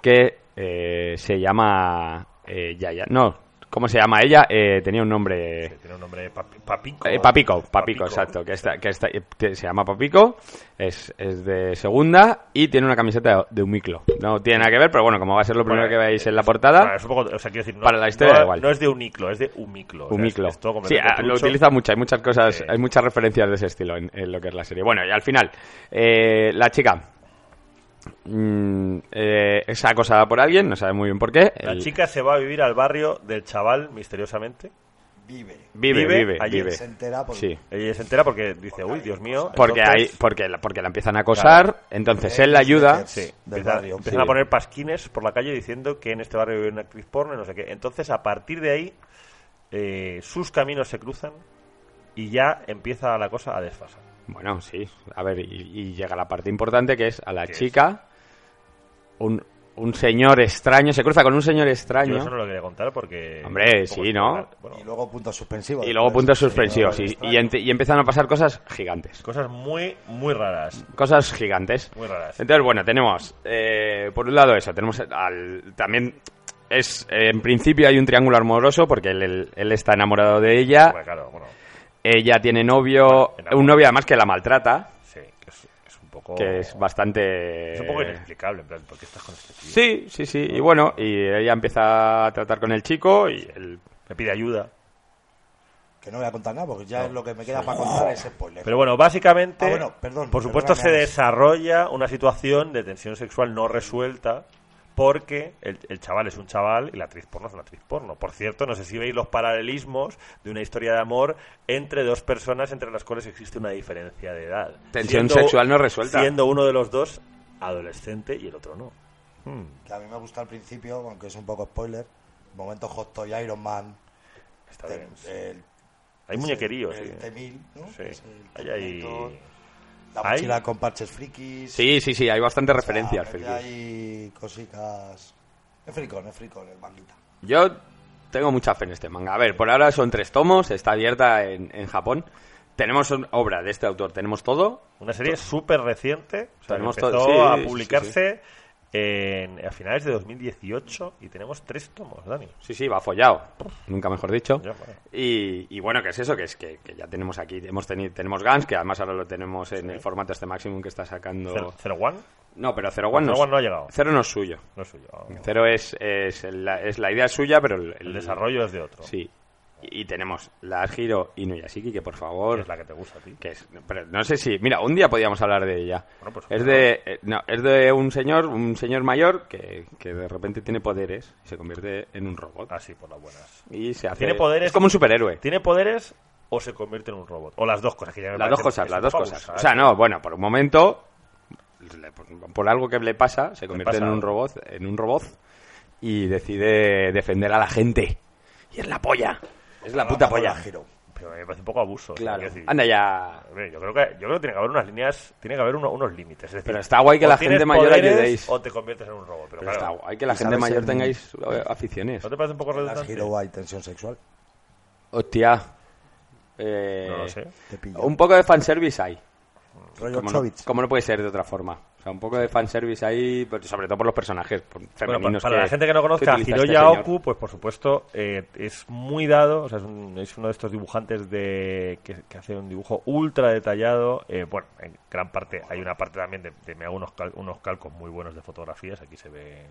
[SPEAKER 3] que eh, se llama eh, Yaya. No, ¿cómo se llama ella? Eh, tenía un nombre.
[SPEAKER 2] Que tiene un nombre papi- Papico.
[SPEAKER 3] Eh, Papico, Papico, exacto, que, está, que, está, que se llama Papico, es, es de segunda y tiene una camiseta de, de un miclo. No tiene nada que ver, pero bueno, como va a ser lo primero
[SPEAKER 2] Bueno, eh,
[SPEAKER 3] que veis en la
[SPEAKER 2] Bueno,
[SPEAKER 3] portada,
[SPEAKER 2] es un poco- o sea, quiero decir, no,
[SPEAKER 3] Para la historia
[SPEAKER 2] no-
[SPEAKER 3] da igual.
[SPEAKER 2] no es de uniclo, es de umiclo. o sea,
[SPEAKER 3] un
[SPEAKER 2] es-
[SPEAKER 3] miclo.
[SPEAKER 2] es todo
[SPEAKER 3] Sí,
[SPEAKER 2] completamente
[SPEAKER 3] ah, lo
[SPEAKER 2] trucho.
[SPEAKER 3] utiliza mucho, hay muchas cosas,
[SPEAKER 2] Sí.
[SPEAKER 3] hay muchas referencias de ese estilo en, en lo que es la serie. Bueno, y al final, eh, la chica mm, eh, es acosada por alguien, no sabe muy bien por qué.
[SPEAKER 2] La
[SPEAKER 3] El-
[SPEAKER 2] chica se va a vivir al barrio del chaval misteriosamente.
[SPEAKER 4] Vive.
[SPEAKER 3] vive,
[SPEAKER 2] vive
[SPEAKER 3] vive,
[SPEAKER 2] allí.
[SPEAKER 3] vive.
[SPEAKER 5] Se entera por-
[SPEAKER 3] Sí.
[SPEAKER 2] Ella se entera porque dice, uy, Dios mío.
[SPEAKER 3] Porque,
[SPEAKER 2] entonces-
[SPEAKER 3] hay, porque, la, porque la empiezan a acosar, entonces él la ayuda.
[SPEAKER 5] Sí. Del
[SPEAKER 2] Empieza-
[SPEAKER 5] barrio.
[SPEAKER 2] Empiezan a poner pasquines por la calle diciendo que en este barrio vive una actriz porno y no sé qué. Entonces, a partir de ahí, eh, sus caminos se cruzan y ya empieza la cosa a desfasar.
[SPEAKER 3] Bueno, sí. A ver, y, y llega la parte importante que es a la
[SPEAKER 2] ¿Qué es?
[SPEAKER 3] chica, un, un señor extraño, se cruza con un señor
[SPEAKER 2] Yo
[SPEAKER 3] extraño.
[SPEAKER 2] eso no lo quería contar porque...
[SPEAKER 3] Hombre,
[SPEAKER 2] un poco
[SPEAKER 3] sí,
[SPEAKER 2] spoiler.
[SPEAKER 3] ¿no?
[SPEAKER 2] Bueno,
[SPEAKER 5] Y luego puntos suspensivos.
[SPEAKER 3] Y luego
[SPEAKER 5] Después,
[SPEAKER 3] puntos
[SPEAKER 5] sí,
[SPEAKER 3] suspensivos.
[SPEAKER 5] luego
[SPEAKER 3] Y,
[SPEAKER 5] extraño.
[SPEAKER 3] y, ente- y empiezan a pasar cosas gigantes.
[SPEAKER 2] cosas muy, muy raras.
[SPEAKER 3] Cosas gigantes.
[SPEAKER 2] Muy raras.
[SPEAKER 3] Entonces, bueno, tenemos, eh, por un lado eso, tenemos al, también es, eh, en principio hay un triángulo amoroso porque él, él- él está enamorado de ella,
[SPEAKER 2] Bueno, claro, bueno,
[SPEAKER 3] ella tiene novio,
[SPEAKER 2] Enamorado.
[SPEAKER 3] un novio además que la maltrata,
[SPEAKER 2] sí, es, es un poco...
[SPEAKER 3] que es bastante...
[SPEAKER 2] es un poco inexplicable, en plan, ¿por qué estás con este tío?
[SPEAKER 3] Sí, sí, sí, y bueno, y ella empieza a tratar con el chico y él...
[SPEAKER 2] Me pide ayuda.
[SPEAKER 5] Que no voy a contar nada porque ya es lo que me queda para contar es spoiler.
[SPEAKER 2] Pero bueno, básicamente,
[SPEAKER 5] Ah, bueno, perdón,
[SPEAKER 2] por supuesto, se
[SPEAKER 5] perdóname.
[SPEAKER 2] desarrolla una situación de tensión sexual no resuelta porque el, el chaval es un chaval y la actriz porno es una actriz porno. Por cierto, no sé si veis los paralelismos de una historia de amor entre dos personas entre las cuales existe una diferencia de edad.
[SPEAKER 3] Tensión sexual no resuelta.
[SPEAKER 2] Siendo uno de los dos adolescente y el otro no. Hmm.
[SPEAKER 5] Que a mí me gusta al principio, aunque es un poco spoiler. Momento Hot Toy Iron Man.
[SPEAKER 2] Está
[SPEAKER 5] te-
[SPEAKER 2] bien.
[SPEAKER 5] el-
[SPEAKER 2] Hay muñequerío,
[SPEAKER 5] el
[SPEAKER 2] sí.
[SPEAKER 5] T-1000, ¿no?
[SPEAKER 2] Sí.
[SPEAKER 5] Es
[SPEAKER 2] Ahí
[SPEAKER 5] el
[SPEAKER 2] hay-
[SPEAKER 5] Terminator, La
[SPEAKER 2] Ahí-
[SPEAKER 5] mochila con parches frikis.
[SPEAKER 3] Sí, sí, sí, hay bastantes
[SPEAKER 5] o sea,
[SPEAKER 3] referencias.
[SPEAKER 5] mete
[SPEAKER 3] frikis.
[SPEAKER 5] Hay cositas. Es fricón, es fricón el manguita.
[SPEAKER 3] Yo tengo mucha fe en este manga. A ver, por ahora son tres tomos, está abierta en, en Japón. Tenemos un- obra de este autor, tenemos todo.
[SPEAKER 2] Una serie súper reciente. O sea, que
[SPEAKER 3] Tenemos
[SPEAKER 2] empezó
[SPEAKER 3] todo- sí, sí,
[SPEAKER 2] a
[SPEAKER 3] sí,
[SPEAKER 2] publicarse en- a finales de 2018 y tenemos tres tomos, Dani.
[SPEAKER 3] Sí, sí, va follado. Nunca mejor dicho.
[SPEAKER 2] Ya, bueno.
[SPEAKER 3] Y, y bueno, ¿qué es eso? Que es que, que ya tenemos aquí, hemos tenido, tenemos Guns, que además ahora lo tenemos en el formato este máximo que está
[SPEAKER 2] Zero,
[SPEAKER 3] sacando.
[SPEAKER 2] Zero One
[SPEAKER 3] No, pero Zero One no,
[SPEAKER 2] Zero
[SPEAKER 3] es-
[SPEAKER 2] One no ha llegado.
[SPEAKER 3] Zero no es suyo.
[SPEAKER 2] no es suyo.
[SPEAKER 3] Cero es, es, la, es la idea suya, pero el,
[SPEAKER 2] El desarrollo es de otro.
[SPEAKER 3] Sí. Y, y tenemos la Hiro Inuyashiki, que por
[SPEAKER 2] Que
[SPEAKER 3] favor.
[SPEAKER 2] es la que te gusta a ti.
[SPEAKER 3] que es- pero no sé si mira un día podíamos hablar de ella
[SPEAKER 2] Bueno, pues,
[SPEAKER 3] es de eh, no, es de un señor un señor mayor que, que de repente tiene poderes y se convierte en un robot
[SPEAKER 2] Así, Ah, por las buenas.
[SPEAKER 3] y se hace
[SPEAKER 2] Tiene poderes-
[SPEAKER 3] es como un superhéroe
[SPEAKER 2] Tiene poderes o se convierte en un robot. O las dos cosas que ya me
[SPEAKER 3] Las dos
[SPEAKER 2] parecen-
[SPEAKER 3] cosas,
[SPEAKER 2] es
[SPEAKER 3] las
[SPEAKER 2] un
[SPEAKER 3] dos
[SPEAKER 2] fabus,
[SPEAKER 3] cosas. O
[SPEAKER 2] ¿sabes?
[SPEAKER 3] sea, no, bueno, por un momento, le- por, por algo que le pasa, se convierte
[SPEAKER 2] pasa.
[SPEAKER 3] en un robot, en un robot y decide defender a la gente. Y es la polla. Es la puta polla.
[SPEAKER 5] Giro.
[SPEAKER 2] Pero me parece un poco abuso.
[SPEAKER 3] Claro.
[SPEAKER 2] quiero decir.
[SPEAKER 3] Anda ya.
[SPEAKER 2] A ver, Yo creo, que, yo creo que tiene que haber unas líneas, tiene que haber uno- unos límites. Es decir,
[SPEAKER 3] Pero está guay que
[SPEAKER 2] o
[SPEAKER 3] la
[SPEAKER 2] tienes
[SPEAKER 3] gente mayor
[SPEAKER 2] poderes
[SPEAKER 3] ayudéis.
[SPEAKER 2] O te conviertes en un robot. Pero,
[SPEAKER 3] Pero
[SPEAKER 2] claro,
[SPEAKER 3] está guay que la
[SPEAKER 5] ¿Y
[SPEAKER 3] gente
[SPEAKER 5] sabes
[SPEAKER 3] mayor
[SPEAKER 5] en-
[SPEAKER 3] tengáis eh, aficiones.
[SPEAKER 2] ¿No te parece un poco
[SPEAKER 5] Las
[SPEAKER 2] redundante?
[SPEAKER 5] Giro hay tensión sexual.
[SPEAKER 3] Hostia. Eh,
[SPEAKER 2] No lo sé.
[SPEAKER 5] Te pillo.
[SPEAKER 3] Un poco de fanservice hay.
[SPEAKER 5] Rollo
[SPEAKER 3] Como no,
[SPEAKER 5] Chovitz.
[SPEAKER 3] como no puede ser de otra forma? O sea, un poco de fanservice ahí, pero sobre todo por los personajes por-
[SPEAKER 2] Bueno,
[SPEAKER 3] femeninos.
[SPEAKER 2] para, para la gente que no conozca a
[SPEAKER 3] utiliza este
[SPEAKER 2] Hiroya
[SPEAKER 3] señor.
[SPEAKER 2] Oku, pues por supuesto eh, es muy dado, o sea, es, un- es uno de estos dibujantes de que, que hace un dibujo ultra detallado. eh, bueno, en gran parte, hay una parte también de, de- me hago unos, cal- unos calcos muy buenos de fotografías, aquí se ve...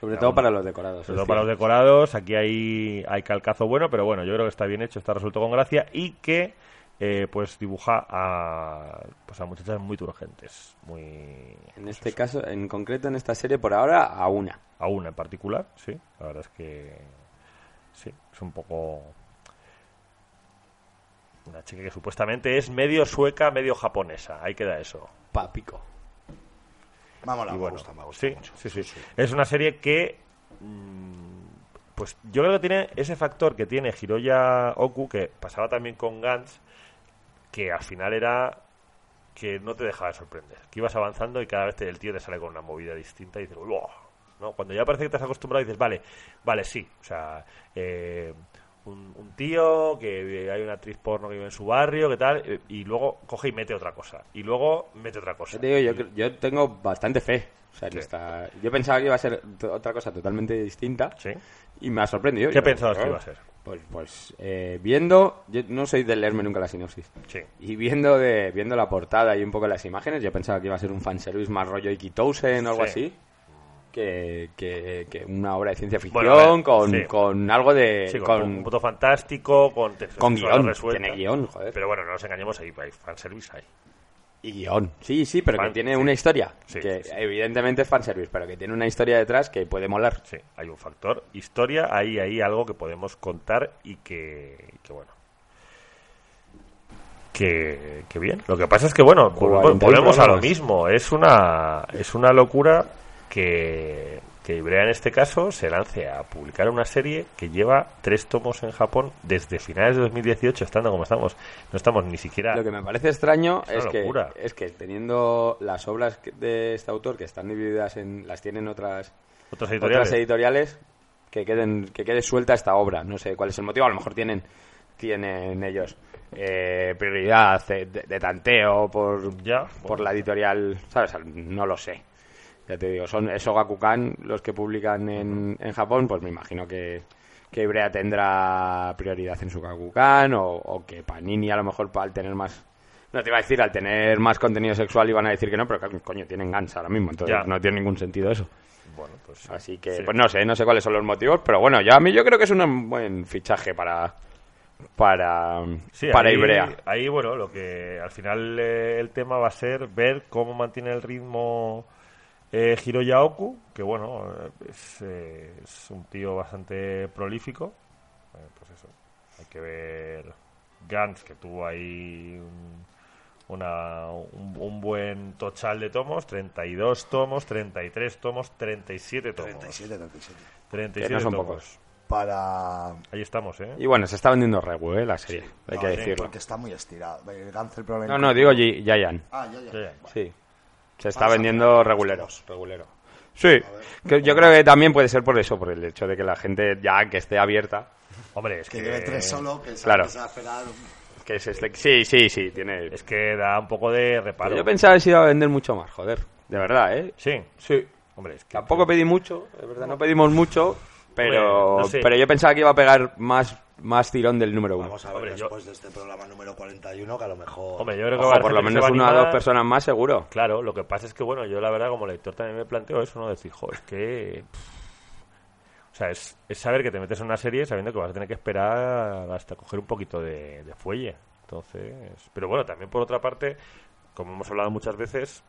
[SPEAKER 3] Sobre todo para los decorados.
[SPEAKER 2] Sobre todo
[SPEAKER 3] hostia.
[SPEAKER 2] para los decorados, aquí hay, hay calcazo bueno, pero bueno, yo creo que está bien hecho, está resuelto con gracia y que eh, pues dibuja a, pues a muchachas muy turgentes, muy
[SPEAKER 3] En este caso, en concreto en esta serie, por ahora, a una.
[SPEAKER 2] a una en particular, sí, la verdad es que sí, es un poco una chica que supuestamente es medio sueca, medio japonesa, ahí queda eso.
[SPEAKER 3] Papico.
[SPEAKER 5] Vámonos,
[SPEAKER 2] Y
[SPEAKER 5] me
[SPEAKER 2] bueno,
[SPEAKER 5] gusta, me gusta
[SPEAKER 2] sí,
[SPEAKER 5] mucho.
[SPEAKER 2] sí, sí, Es una serie que. mm, Pues yo creo que tiene ese factor que tiene Hiroya Oku, que pasaba también con Gantz, que al final era que no te dejaba de sorprender. Que ibas avanzando y cada vez te- el tío te sale con una movida distinta y dices, "Wow", ¿no? Cuando ya parece que te has acostumbrado y dices, vale, vale, sí. O sea, eh, un, un tío que eh, hay una actriz porno que vive en su barrio, que tal, eh, y luego coge y mete otra cosa. Y luego mete otra cosa.
[SPEAKER 3] Yo, te digo, yo, cre- yo tengo bastante fe. O sea, en
[SPEAKER 2] Sí.
[SPEAKER 3] esta- Yo pensaba que iba a ser to- otra cosa totalmente distinta.
[SPEAKER 2] Sí.
[SPEAKER 3] Y me ha sorprendido.
[SPEAKER 2] ¿Qué
[SPEAKER 3] Yo,
[SPEAKER 2] pensabas
[SPEAKER 3] claro,
[SPEAKER 2] que iba a ser?
[SPEAKER 3] Pues, pues eh, viendo... Yo no soy de leerme nunca la sinopsis.
[SPEAKER 2] Sí.
[SPEAKER 3] Y viendo de viendo la portada y un poco las imágenes, yo pensaba que iba a ser un fanservice más rollo Ikitousen o algo
[SPEAKER 2] Sí.
[SPEAKER 3] así. Que, que, que una obra de ciencia ficción
[SPEAKER 2] Bueno, a ver,
[SPEAKER 3] con,
[SPEAKER 2] sí.
[SPEAKER 3] con algo de...
[SPEAKER 2] Sí, con,
[SPEAKER 3] Eh, con,
[SPEAKER 2] un puto fantástico, con texto
[SPEAKER 3] con
[SPEAKER 2] sexual
[SPEAKER 3] guión.
[SPEAKER 2] resuelta.
[SPEAKER 3] Tiene guión, joder.
[SPEAKER 2] Pero bueno, no nos engañemos ahí, hay fanservice ahí.
[SPEAKER 3] Y guión. Sí, sí, pero
[SPEAKER 2] Fan-
[SPEAKER 3] que tiene
[SPEAKER 2] sí.
[SPEAKER 3] una historia.
[SPEAKER 2] Sí,
[SPEAKER 3] que
[SPEAKER 2] sí, sí.
[SPEAKER 3] evidentemente es fanservice, pero que tiene una historia detrás que puede molar.
[SPEAKER 2] Sí, hay un factor historia, ahí hay algo que podemos contar y que, y que bueno. Que, que bien. Lo que pasa es que bueno, volvemos
[SPEAKER 3] 40
[SPEAKER 2] volvemos a lo
[SPEAKER 3] programas.
[SPEAKER 2] mismo. Es una es una locura que que Ibrea en este caso se lance a publicar una serie que lleva tres tomos en Japón desde finales de 2018, estando como estamos. No estamos ni siquiera
[SPEAKER 3] Lo que me parece extraño
[SPEAKER 2] Es
[SPEAKER 3] es,
[SPEAKER 2] una
[SPEAKER 3] que,
[SPEAKER 2] locura.
[SPEAKER 3] es que teniendo las obras que- de este autor que están divididas en... las tienen otras
[SPEAKER 2] otras
[SPEAKER 3] otras
[SPEAKER 2] editoriales.
[SPEAKER 3] editoriales que queden que quede suelta esta obra no sé cuál es el motivo a lo mejor tienen tienen ellos eh, prioridad de, de- de tanteo por
[SPEAKER 2] Ya,
[SPEAKER 3] por la editorial sabes Al- no lo sé ya te digo son es Ogakukan los que publican en, en Japón pues me imagino que que Ibrea tendrá prioridad en su Gakukan o, o que Panini a lo mejor pa- al tener más no te iba a decir al tener más contenido sexual iban a decir que no pero claro, coño tienen Gans ahora mismo entonces
[SPEAKER 2] Ya.
[SPEAKER 3] no tiene ningún sentido eso
[SPEAKER 2] Bueno, pues
[SPEAKER 3] Así que,
[SPEAKER 2] Sí.
[SPEAKER 3] pues no sé, no sé cuáles son los motivos, pero bueno, yo a mí yo creo que es un buen fichaje para para
[SPEAKER 2] Sí,
[SPEAKER 3] para
[SPEAKER 2] ahí,
[SPEAKER 3] Ibrea.
[SPEAKER 2] Ahí, bueno, lo que al final eh, el tema va a ser ver cómo mantiene el ritmo eh, Hiroya Oku, que bueno, eh, es, eh, es un tío bastante prolífico. Eh, pues eso, hay que ver Gantz, que tuvo ahí un, una- un- un buen tochal de tomos, 32 tomos, 33 tomos, 37 tomos.
[SPEAKER 5] 37, 37.
[SPEAKER 2] 37
[SPEAKER 3] Que no son
[SPEAKER 2] tomos.
[SPEAKER 3] pocos.
[SPEAKER 5] Para.
[SPEAKER 2] Ahí estamos, ¿eh?
[SPEAKER 3] Y bueno, se está vendiendo re güey, la serie, hay
[SPEAKER 5] No,
[SPEAKER 3] que
[SPEAKER 5] sí,
[SPEAKER 3] decirlo.
[SPEAKER 5] Porque está muy estirado. El Ganzel probablemente.
[SPEAKER 3] No, no, digo Gi- Giant.
[SPEAKER 5] Ah, ya, ya.
[SPEAKER 2] Sí, ya.
[SPEAKER 5] Bueno,
[SPEAKER 3] Sí. Se está
[SPEAKER 5] Vamos a
[SPEAKER 3] vendiendo reguleros, regulero. Sí, que yo creo que también puede ser por eso, por el hecho de que la gente ya que esté abierta,
[SPEAKER 2] Hombre, es que,
[SPEAKER 5] Que lleve tres solo, que se
[SPEAKER 3] Claro.
[SPEAKER 5] empieza a esperar. un-
[SPEAKER 3] que se esté- sí, sí, sí, tiene
[SPEAKER 2] Es que da un poco de reparo.
[SPEAKER 3] Pero yo pensaba que se iba a vender mucho más, joder, de verdad, ¿eh?
[SPEAKER 2] Sí.
[SPEAKER 3] Sí.
[SPEAKER 2] Hombre, es que
[SPEAKER 3] Tampoco pedí mucho, es verdad, no pedimos mucho, pero,
[SPEAKER 2] Hombre, no sé.
[SPEAKER 3] pero yo pensaba que iba a pegar más, más tirón del número uno.
[SPEAKER 5] Vamos a ver
[SPEAKER 2] Hombre, yo-
[SPEAKER 5] después de este programa número 41, que a lo mejor.
[SPEAKER 2] Hombre, yo creo que
[SPEAKER 3] Ojo,
[SPEAKER 2] va a
[SPEAKER 3] por
[SPEAKER 2] hacer
[SPEAKER 3] lo
[SPEAKER 2] que se
[SPEAKER 3] menos
[SPEAKER 2] va a
[SPEAKER 3] una o
[SPEAKER 2] animar.
[SPEAKER 3] dos personas más seguro.
[SPEAKER 2] Claro, lo que pasa es que, bueno, yo la verdad como lector también me planteo eso, ¿no? Decir, jo, es que... pff". O sea, es, es saber que te metes en una serie sabiendo que vas a tener que esperar hasta coger un poquito de, de fuelle. Entonces... Pero bueno, también por otra parte, como hemos hablado muchas veces,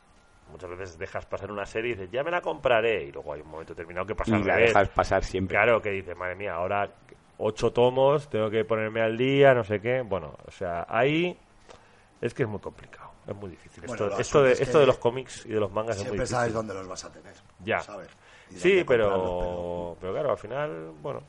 [SPEAKER 2] muchas veces dejas pasar una serie y dices, ya me la compraré. Y luego hay un momento determinado que pasa
[SPEAKER 3] Y
[SPEAKER 2] al
[SPEAKER 3] la
[SPEAKER 2] revés.
[SPEAKER 3] dejas pasar siempre.
[SPEAKER 2] Claro, que dices, madre mía, ahora ocho tomos, tengo que ponerme al día, no sé qué. Bueno, o sea, ahí es que es muy complicado, es muy difícil.
[SPEAKER 5] Bueno,
[SPEAKER 2] esto,
[SPEAKER 5] lo
[SPEAKER 2] esto de,
[SPEAKER 5] asunto es
[SPEAKER 2] esto de
[SPEAKER 5] que
[SPEAKER 2] los cómics y de los mangas es muy
[SPEAKER 5] Siempre
[SPEAKER 2] difícil.
[SPEAKER 5] sabes dónde los vas a tener.
[SPEAKER 2] Ya.
[SPEAKER 5] ¿sabes? Y
[SPEAKER 2] Sí,
[SPEAKER 5] dónde comprarlos,
[SPEAKER 2] pero, pero claro, al final, bueno,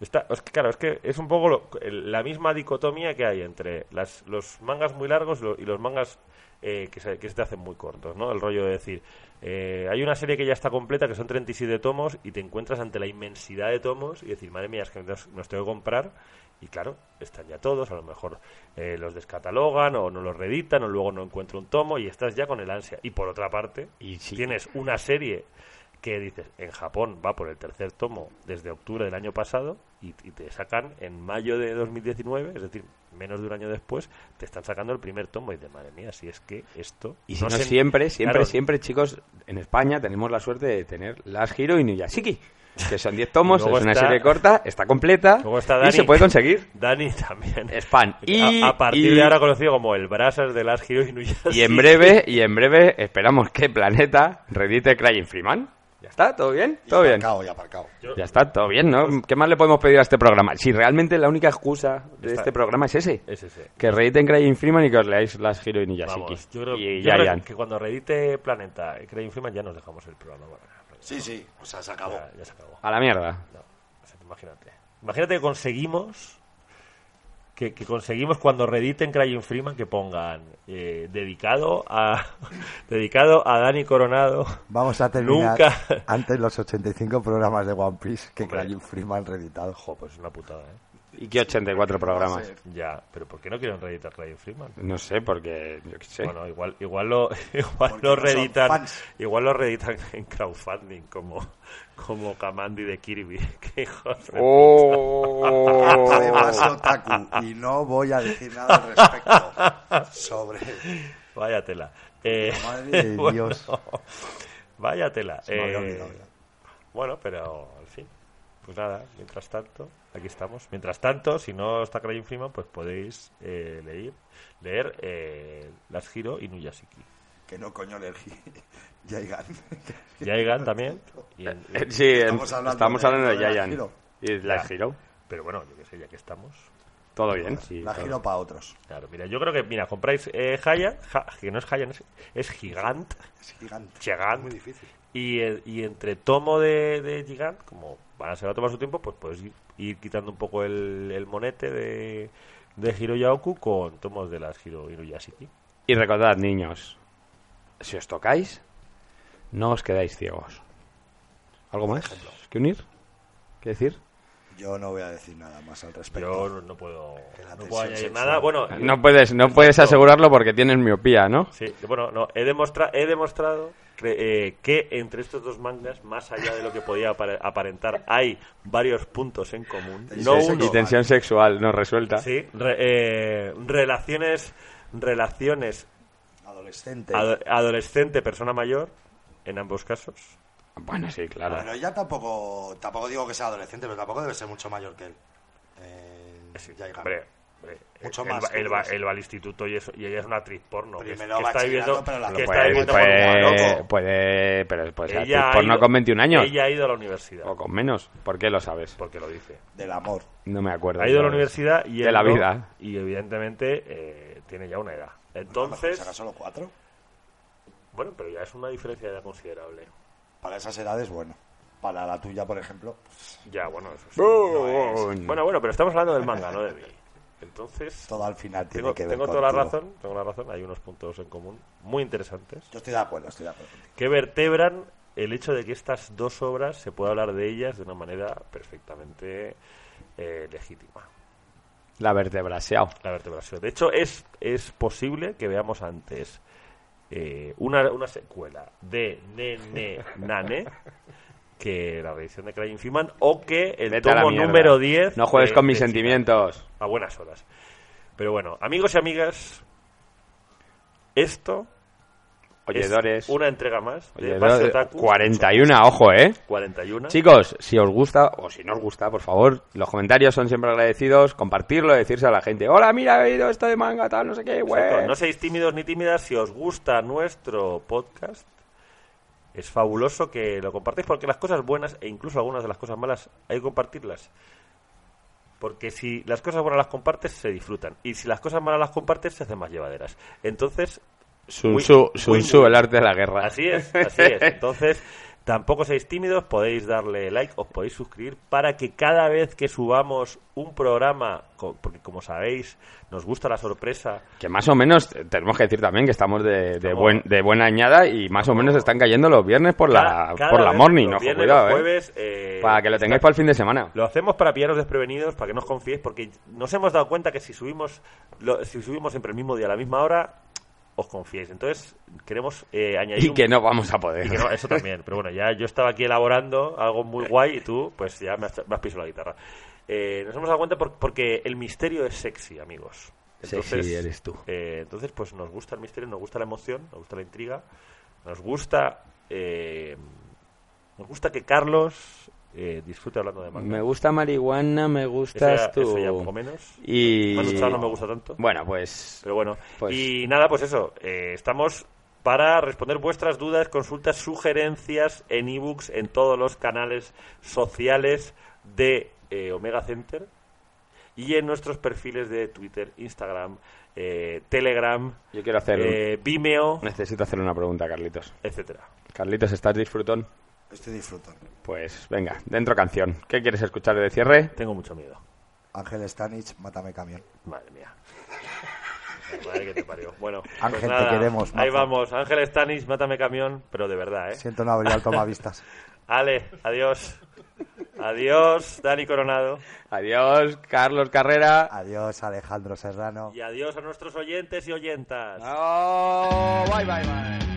[SPEAKER 2] está, es que, claro, es que es un poco lo- el- la misma dicotomía que hay entre las, los mangas muy largos lo- y los mangas eh, que, se, que se te hacen muy cortos, ¿no? El rollo de decir, eh, hay una serie que ya está completa, que son 37 tomos, y te encuentras ante la inmensidad de tomos y decir, madre mía, es que me los, me los tengo que comprar. Y claro, están ya todos, a lo mejor eh, los descatalogan o no los reeditan o luego no encuentro un tomo y estás ya con el ansia. Y por otra parte,
[SPEAKER 3] Y sí.
[SPEAKER 2] tienes una serie que dices, en Japón va por el tercer tomo desde octubre del año pasado y, y te sacan en mayo de 2019, es decir, menos de un año después, te están sacando el primer tomo y dices, madre mía, si es que esto...
[SPEAKER 3] Y si no,
[SPEAKER 2] se-
[SPEAKER 3] siempre, siempre,
[SPEAKER 2] Claro,
[SPEAKER 3] siempre, chicos, en España tenemos la suerte de tener Las Hero y Nuyashiki, que son 10 tomos,
[SPEAKER 2] Luego
[SPEAKER 3] es una
[SPEAKER 2] está-
[SPEAKER 3] serie corta, está completa
[SPEAKER 2] Luego está
[SPEAKER 3] y
[SPEAKER 2] Dani.
[SPEAKER 3] se puede conseguir.
[SPEAKER 2] Dani también.
[SPEAKER 3] Es fan. Y-
[SPEAKER 2] a, a partir
[SPEAKER 3] y-
[SPEAKER 2] de ahora conocido como el Brasas de las Hero Inuyasha.
[SPEAKER 3] Y en breve, y en breve esperamos que Planeta reedite Crying Freeman. Ya está, todo bien,
[SPEAKER 5] pero-
[SPEAKER 3] todo
[SPEAKER 5] y
[SPEAKER 3] bien.
[SPEAKER 5] aparcado, y aparcado.
[SPEAKER 3] Ya está, todo bien, ¿no? ¿Qué más le podemos pedir a este programa? Si realmente la única excusa de
[SPEAKER 2] Está-
[SPEAKER 3] este programa es ese.
[SPEAKER 2] Es ese.
[SPEAKER 3] Que reediten Crying Freeman y que os leáis Las Hero y Nuyashiki.
[SPEAKER 2] Vamos, yo creo,
[SPEAKER 3] y
[SPEAKER 2] yo creo
[SPEAKER 3] Giant.
[SPEAKER 2] que cuando reedite Planeta y Craig Freeman ya nos dejamos el programa.
[SPEAKER 4] Sí, sí, o sea, se acabó.
[SPEAKER 2] Ya, ya se acabó.
[SPEAKER 3] A la mierda.
[SPEAKER 2] No, o sea, imagínate. Imagínate que conseguimos que, que conseguimos cuando reediten Crying Freeman que pongan eh, dedicado a dedicado a Dani Coronado.
[SPEAKER 5] Vamos a terminar
[SPEAKER 2] Nunca.
[SPEAKER 5] antes los 85 programas de One Piece que
[SPEAKER 2] Hombre.
[SPEAKER 5] Crayon Freeman reeditado.
[SPEAKER 2] Jo, pues es una putada, ¿eh?
[SPEAKER 3] Y que 84 programas.
[SPEAKER 2] Ya, pero ¿por qué no quieren reeditar Crying Freeman?
[SPEAKER 3] No sé, porque yo qué sé.
[SPEAKER 2] Bueno, igual, igual lo, igual
[SPEAKER 4] Porque no
[SPEAKER 2] lo
[SPEAKER 4] son
[SPEAKER 2] reeditan,
[SPEAKER 4] fans.
[SPEAKER 2] igual lo reeditan en crowdfunding como, como Kamandi de Kirby. Qué hijos de-
[SPEAKER 3] ¡Oh!
[SPEAKER 5] Además, otaku, y no voy a decir nada al respecto sobre...
[SPEAKER 2] Vaya tela. Eh,
[SPEAKER 5] Madre de
[SPEAKER 2] bueno,
[SPEAKER 5] Dios.
[SPEAKER 2] Vaya tela.
[SPEAKER 5] Se me había
[SPEAKER 2] Eh,
[SPEAKER 5] olvidado ya.
[SPEAKER 2] bueno, pero en fin. Pues nada, mientras tanto, aquí estamos. Mientras tanto, si no está Crying Freeman, pues podéis eh, leer, leer eh, Las Giro y Nuyasiki.
[SPEAKER 4] Que no coño le
[SPEAKER 5] Jaigan.
[SPEAKER 2] Yaigan también. y en- y-
[SPEAKER 3] Sí, en-
[SPEAKER 5] Estamos
[SPEAKER 3] estamos hablando,
[SPEAKER 5] hablando de-
[SPEAKER 3] de,
[SPEAKER 5] de la
[SPEAKER 3] Giant.
[SPEAKER 5] Hero.
[SPEAKER 3] Y la Hero.
[SPEAKER 2] pero bueno, yo qué sé, ya que estamos.
[SPEAKER 3] Todo bien. sí,
[SPEAKER 5] La
[SPEAKER 3] todo.
[SPEAKER 5] giro para otros.
[SPEAKER 2] Claro, mira, yo creo que, mira, compráis eh, Haya, Ja- que no es Haya, es, es Gigant,
[SPEAKER 5] Es gigante.
[SPEAKER 2] Gigant,
[SPEAKER 5] Muy difícil.
[SPEAKER 2] y, eh, y entre tomo de, de Gigant, como van a, se va a tomar su tiempo, pues puedes ir, ir quitando un poco el, el monete de, de Hiro Yaoku con tomos de las Hiro Inuyashiki.
[SPEAKER 3] Y recordad, niños, si os tocáis, no os quedáis ciegos. ¿Algo más que unir? ¿Qué decir?
[SPEAKER 5] Yo no voy a decir nada más al respecto.
[SPEAKER 2] Yo no, no puedo,
[SPEAKER 5] la
[SPEAKER 2] no puedo
[SPEAKER 5] tensión
[SPEAKER 2] añadir
[SPEAKER 5] sexual.
[SPEAKER 2] nada. Bueno,
[SPEAKER 3] No puedes, no puedes asegurarlo porque tienes miopía, ¿no?
[SPEAKER 2] Sí, bueno, no, he, demostra he demostrado cre- eh, que entre estos dos mangas, más allá de lo que podía apare- aparentar, hay varios puntos en común.
[SPEAKER 5] Y
[SPEAKER 2] No
[SPEAKER 5] tensión
[SPEAKER 2] uno.
[SPEAKER 3] Y tensión sexual no resuelta.
[SPEAKER 2] Sí, re- eh, relaciones, relaciones
[SPEAKER 5] Adolescente.
[SPEAKER 2] ado- adolescente-persona mayor, en ambos casos.
[SPEAKER 3] Bueno, sí, claro.
[SPEAKER 5] Ah,
[SPEAKER 4] Pero ella tampoco, tampoco digo que sea adolescente, pero tampoco debe ser mucho mayor que él. Eh,
[SPEAKER 2] Sí,
[SPEAKER 4] Jaigan.
[SPEAKER 2] hombre, hombre,
[SPEAKER 4] Mucho
[SPEAKER 2] él,
[SPEAKER 4] más
[SPEAKER 2] va-
[SPEAKER 4] que
[SPEAKER 2] él va-
[SPEAKER 4] eso.
[SPEAKER 2] él va al instituto y, eso- y ella es una actriz porno. que-
[SPEAKER 4] Primero
[SPEAKER 2] que, está
[SPEAKER 4] bachillerato,
[SPEAKER 2] viviendo,
[SPEAKER 4] pero la-
[SPEAKER 2] que
[SPEAKER 3] Pero
[SPEAKER 2] está
[SPEAKER 3] puede,
[SPEAKER 2] viviendo
[SPEAKER 3] Pues puede,
[SPEAKER 2] como un loco.
[SPEAKER 3] puede- pero puede ser
[SPEAKER 2] Ella
[SPEAKER 3] actriz
[SPEAKER 2] ha
[SPEAKER 3] porno
[SPEAKER 2] ido-
[SPEAKER 3] con 21 años.
[SPEAKER 2] Ella ha ido a la universidad,
[SPEAKER 3] O con menos. ¿Por qué lo sabes?
[SPEAKER 2] porque lo dice.
[SPEAKER 5] Del amor.
[SPEAKER 3] No me acuerdo.
[SPEAKER 2] Ha ido a la
[SPEAKER 3] ¿sabes?
[SPEAKER 2] universidad y
[SPEAKER 3] De
[SPEAKER 2] él
[SPEAKER 3] la
[SPEAKER 2] no,
[SPEAKER 3] vida.
[SPEAKER 2] Y evidentemente eh, tiene ya una edad.
[SPEAKER 5] Entonces...
[SPEAKER 2] Entonces,
[SPEAKER 5] ¿Saca solo cuatro?
[SPEAKER 2] bueno, pero ya es una diferencia de edad considerable.
[SPEAKER 5] Para esas edades, bueno. Para la tuya, por ejemplo. pues,
[SPEAKER 2] Ya, bueno, eso sí.
[SPEAKER 3] Boom.
[SPEAKER 2] Bueno, bueno, pero estamos hablando del manga, no de mí. Entonces,
[SPEAKER 5] Todo al final tiene
[SPEAKER 2] tengo,
[SPEAKER 5] que ver
[SPEAKER 2] tengo toda la
[SPEAKER 5] contigo.
[SPEAKER 2] razón, tengo la razón, hay unos puntos en común muy interesantes
[SPEAKER 5] Yo estoy de acuerdo, estoy de acuerdo. contigo.
[SPEAKER 2] que vertebran el hecho de que estas dos obras se pueda hablar de ellas de una manera perfectamente eh, legítima.
[SPEAKER 3] La vertebraseado.
[SPEAKER 2] La vertebración. De hecho, es, es posible que veamos antes eh, una, una secuela de Nene Nane que la reedición de Crying Freeman o que el
[SPEAKER 3] Vete a la
[SPEAKER 2] tomo
[SPEAKER 3] mierda.
[SPEAKER 2] número 10.
[SPEAKER 3] No juegues
[SPEAKER 2] de-
[SPEAKER 3] con mis
[SPEAKER 2] de-
[SPEAKER 3] sentimientos.
[SPEAKER 2] A buenas horas. Pero bueno, amigos y amigas, esto
[SPEAKER 3] Oyedores.
[SPEAKER 2] es una entrega más de
[SPEAKER 3] Oye,
[SPEAKER 2] Pase
[SPEAKER 3] do-
[SPEAKER 2] Otaku
[SPEAKER 3] 41, ojo, ¿eh?
[SPEAKER 2] 41.
[SPEAKER 3] Chicos, si os gusta o si no os gusta, por favor, los comentarios son siempre agradecidos, compartirlo, decirse a la gente, hola, mira, he oído esto de manga, tal, no sé qué,
[SPEAKER 2] Exacto,
[SPEAKER 3] güey.
[SPEAKER 2] No seáis tímidos ni tímidas. Si os gusta nuestro podcast, es fabuloso que lo compartáis porque las cosas buenas e incluso algunas de las cosas malas hay que compartirlas. Porque si las cosas buenas las compartes, se disfrutan. Y si las cosas malas las compartes, se hacen más llevaderas. Entonces,
[SPEAKER 3] Sun
[SPEAKER 2] Win-
[SPEAKER 3] Tzu, Sun
[SPEAKER 2] win-
[SPEAKER 3] Tzu, el arte de la guerra.
[SPEAKER 2] Así es, así es. Entonces, tampoco seáis tímidos, podéis darle like, os podéis suscribir para que cada vez que subamos un programa, co- porque como sabéis, nos gusta la sorpresa,
[SPEAKER 3] Que más o menos, eh, tenemos que decir también que estamos de, de
[SPEAKER 2] Estamos-
[SPEAKER 3] buen, de buena añada y más o menos están cayendo los viernes por la,
[SPEAKER 2] Cada- cada
[SPEAKER 3] por la
[SPEAKER 2] vez,
[SPEAKER 3] morning,
[SPEAKER 2] los
[SPEAKER 3] ojo,
[SPEAKER 2] viernes,
[SPEAKER 3] cuidado,
[SPEAKER 2] los
[SPEAKER 3] eh.
[SPEAKER 2] jueves, eh,
[SPEAKER 3] Para que lo tengáis para el fin de semana.
[SPEAKER 2] Lo hacemos para pillaros desprevenidos, para que no os confiéis, porque nos hemos dado cuenta que si subimos, lo- si subimos siempre el mismo día a la misma hora, os confiéis. Entonces, queremos eh, añadir.
[SPEAKER 3] Y
[SPEAKER 2] un-
[SPEAKER 3] que no vamos a poder.
[SPEAKER 2] y que no, eso también, pero bueno, ya yo estaba aquí elaborando algo muy guay y tú, pues ya me has, me has pisado la guitarra. Eh, nos hemos dado cuenta por- porque el misterio es sexy, amigos.
[SPEAKER 3] Sexy eres tú.
[SPEAKER 2] eh, entonces, pues nos gusta el misterio, nos gusta la emoción, nos gusta la intriga, nos gusta. eh, nos gusta que Carlos eh, disfrute hablando de manga.
[SPEAKER 3] Me gusta marihuana, me
[SPEAKER 2] Ese
[SPEAKER 3] gustas
[SPEAKER 2] ya-
[SPEAKER 3] tú.
[SPEAKER 2] eso ya un poco menos.
[SPEAKER 3] Y...
[SPEAKER 2] Más luchado no me gusta tanto.
[SPEAKER 3] Bueno, pues...
[SPEAKER 2] Pero bueno.
[SPEAKER 3] Pues-
[SPEAKER 2] Y nada, pues eso. eh, estamos para responder vuestras dudas, consultas, sugerencias en ebooks, en todos los canales sociales de eh, Omega Center y en nuestros perfiles de Twitter, Instagram, eh, Telegram,
[SPEAKER 3] Yo quiero hacer...
[SPEAKER 2] eh, Vimeo,
[SPEAKER 3] Necesito hacer una pregunta, Carlitos.
[SPEAKER 2] etcétera.
[SPEAKER 3] Carlitos, ¿estás disfrutón?
[SPEAKER 5] Estoy disfrutando.
[SPEAKER 3] Pues venga, dentro canción. ¿Qué quieres escuchar de cierre?
[SPEAKER 2] Tengo mucho miedo.
[SPEAKER 5] Ángel Stanich, mátame camión.
[SPEAKER 2] Madre mía. Madre que te parió. Bueno, pues
[SPEAKER 5] Ángel, te
[SPEAKER 2] nada,
[SPEAKER 5] queremos,
[SPEAKER 2] Ahí
[SPEAKER 5] mazo.
[SPEAKER 2] vamos. Ángel Stanis, mátame camión, pero de verdad, ¿eh?
[SPEAKER 5] Siento no haber ido al vistas.
[SPEAKER 2] Ale, adiós. Adiós, Dani Coronado.
[SPEAKER 3] Adiós, Carlos Carrera.
[SPEAKER 5] Adiós, Alejandro Serrano.
[SPEAKER 2] Y adiós a nuestros oyentes y oyentas.
[SPEAKER 3] Oh, bye, bye, bye.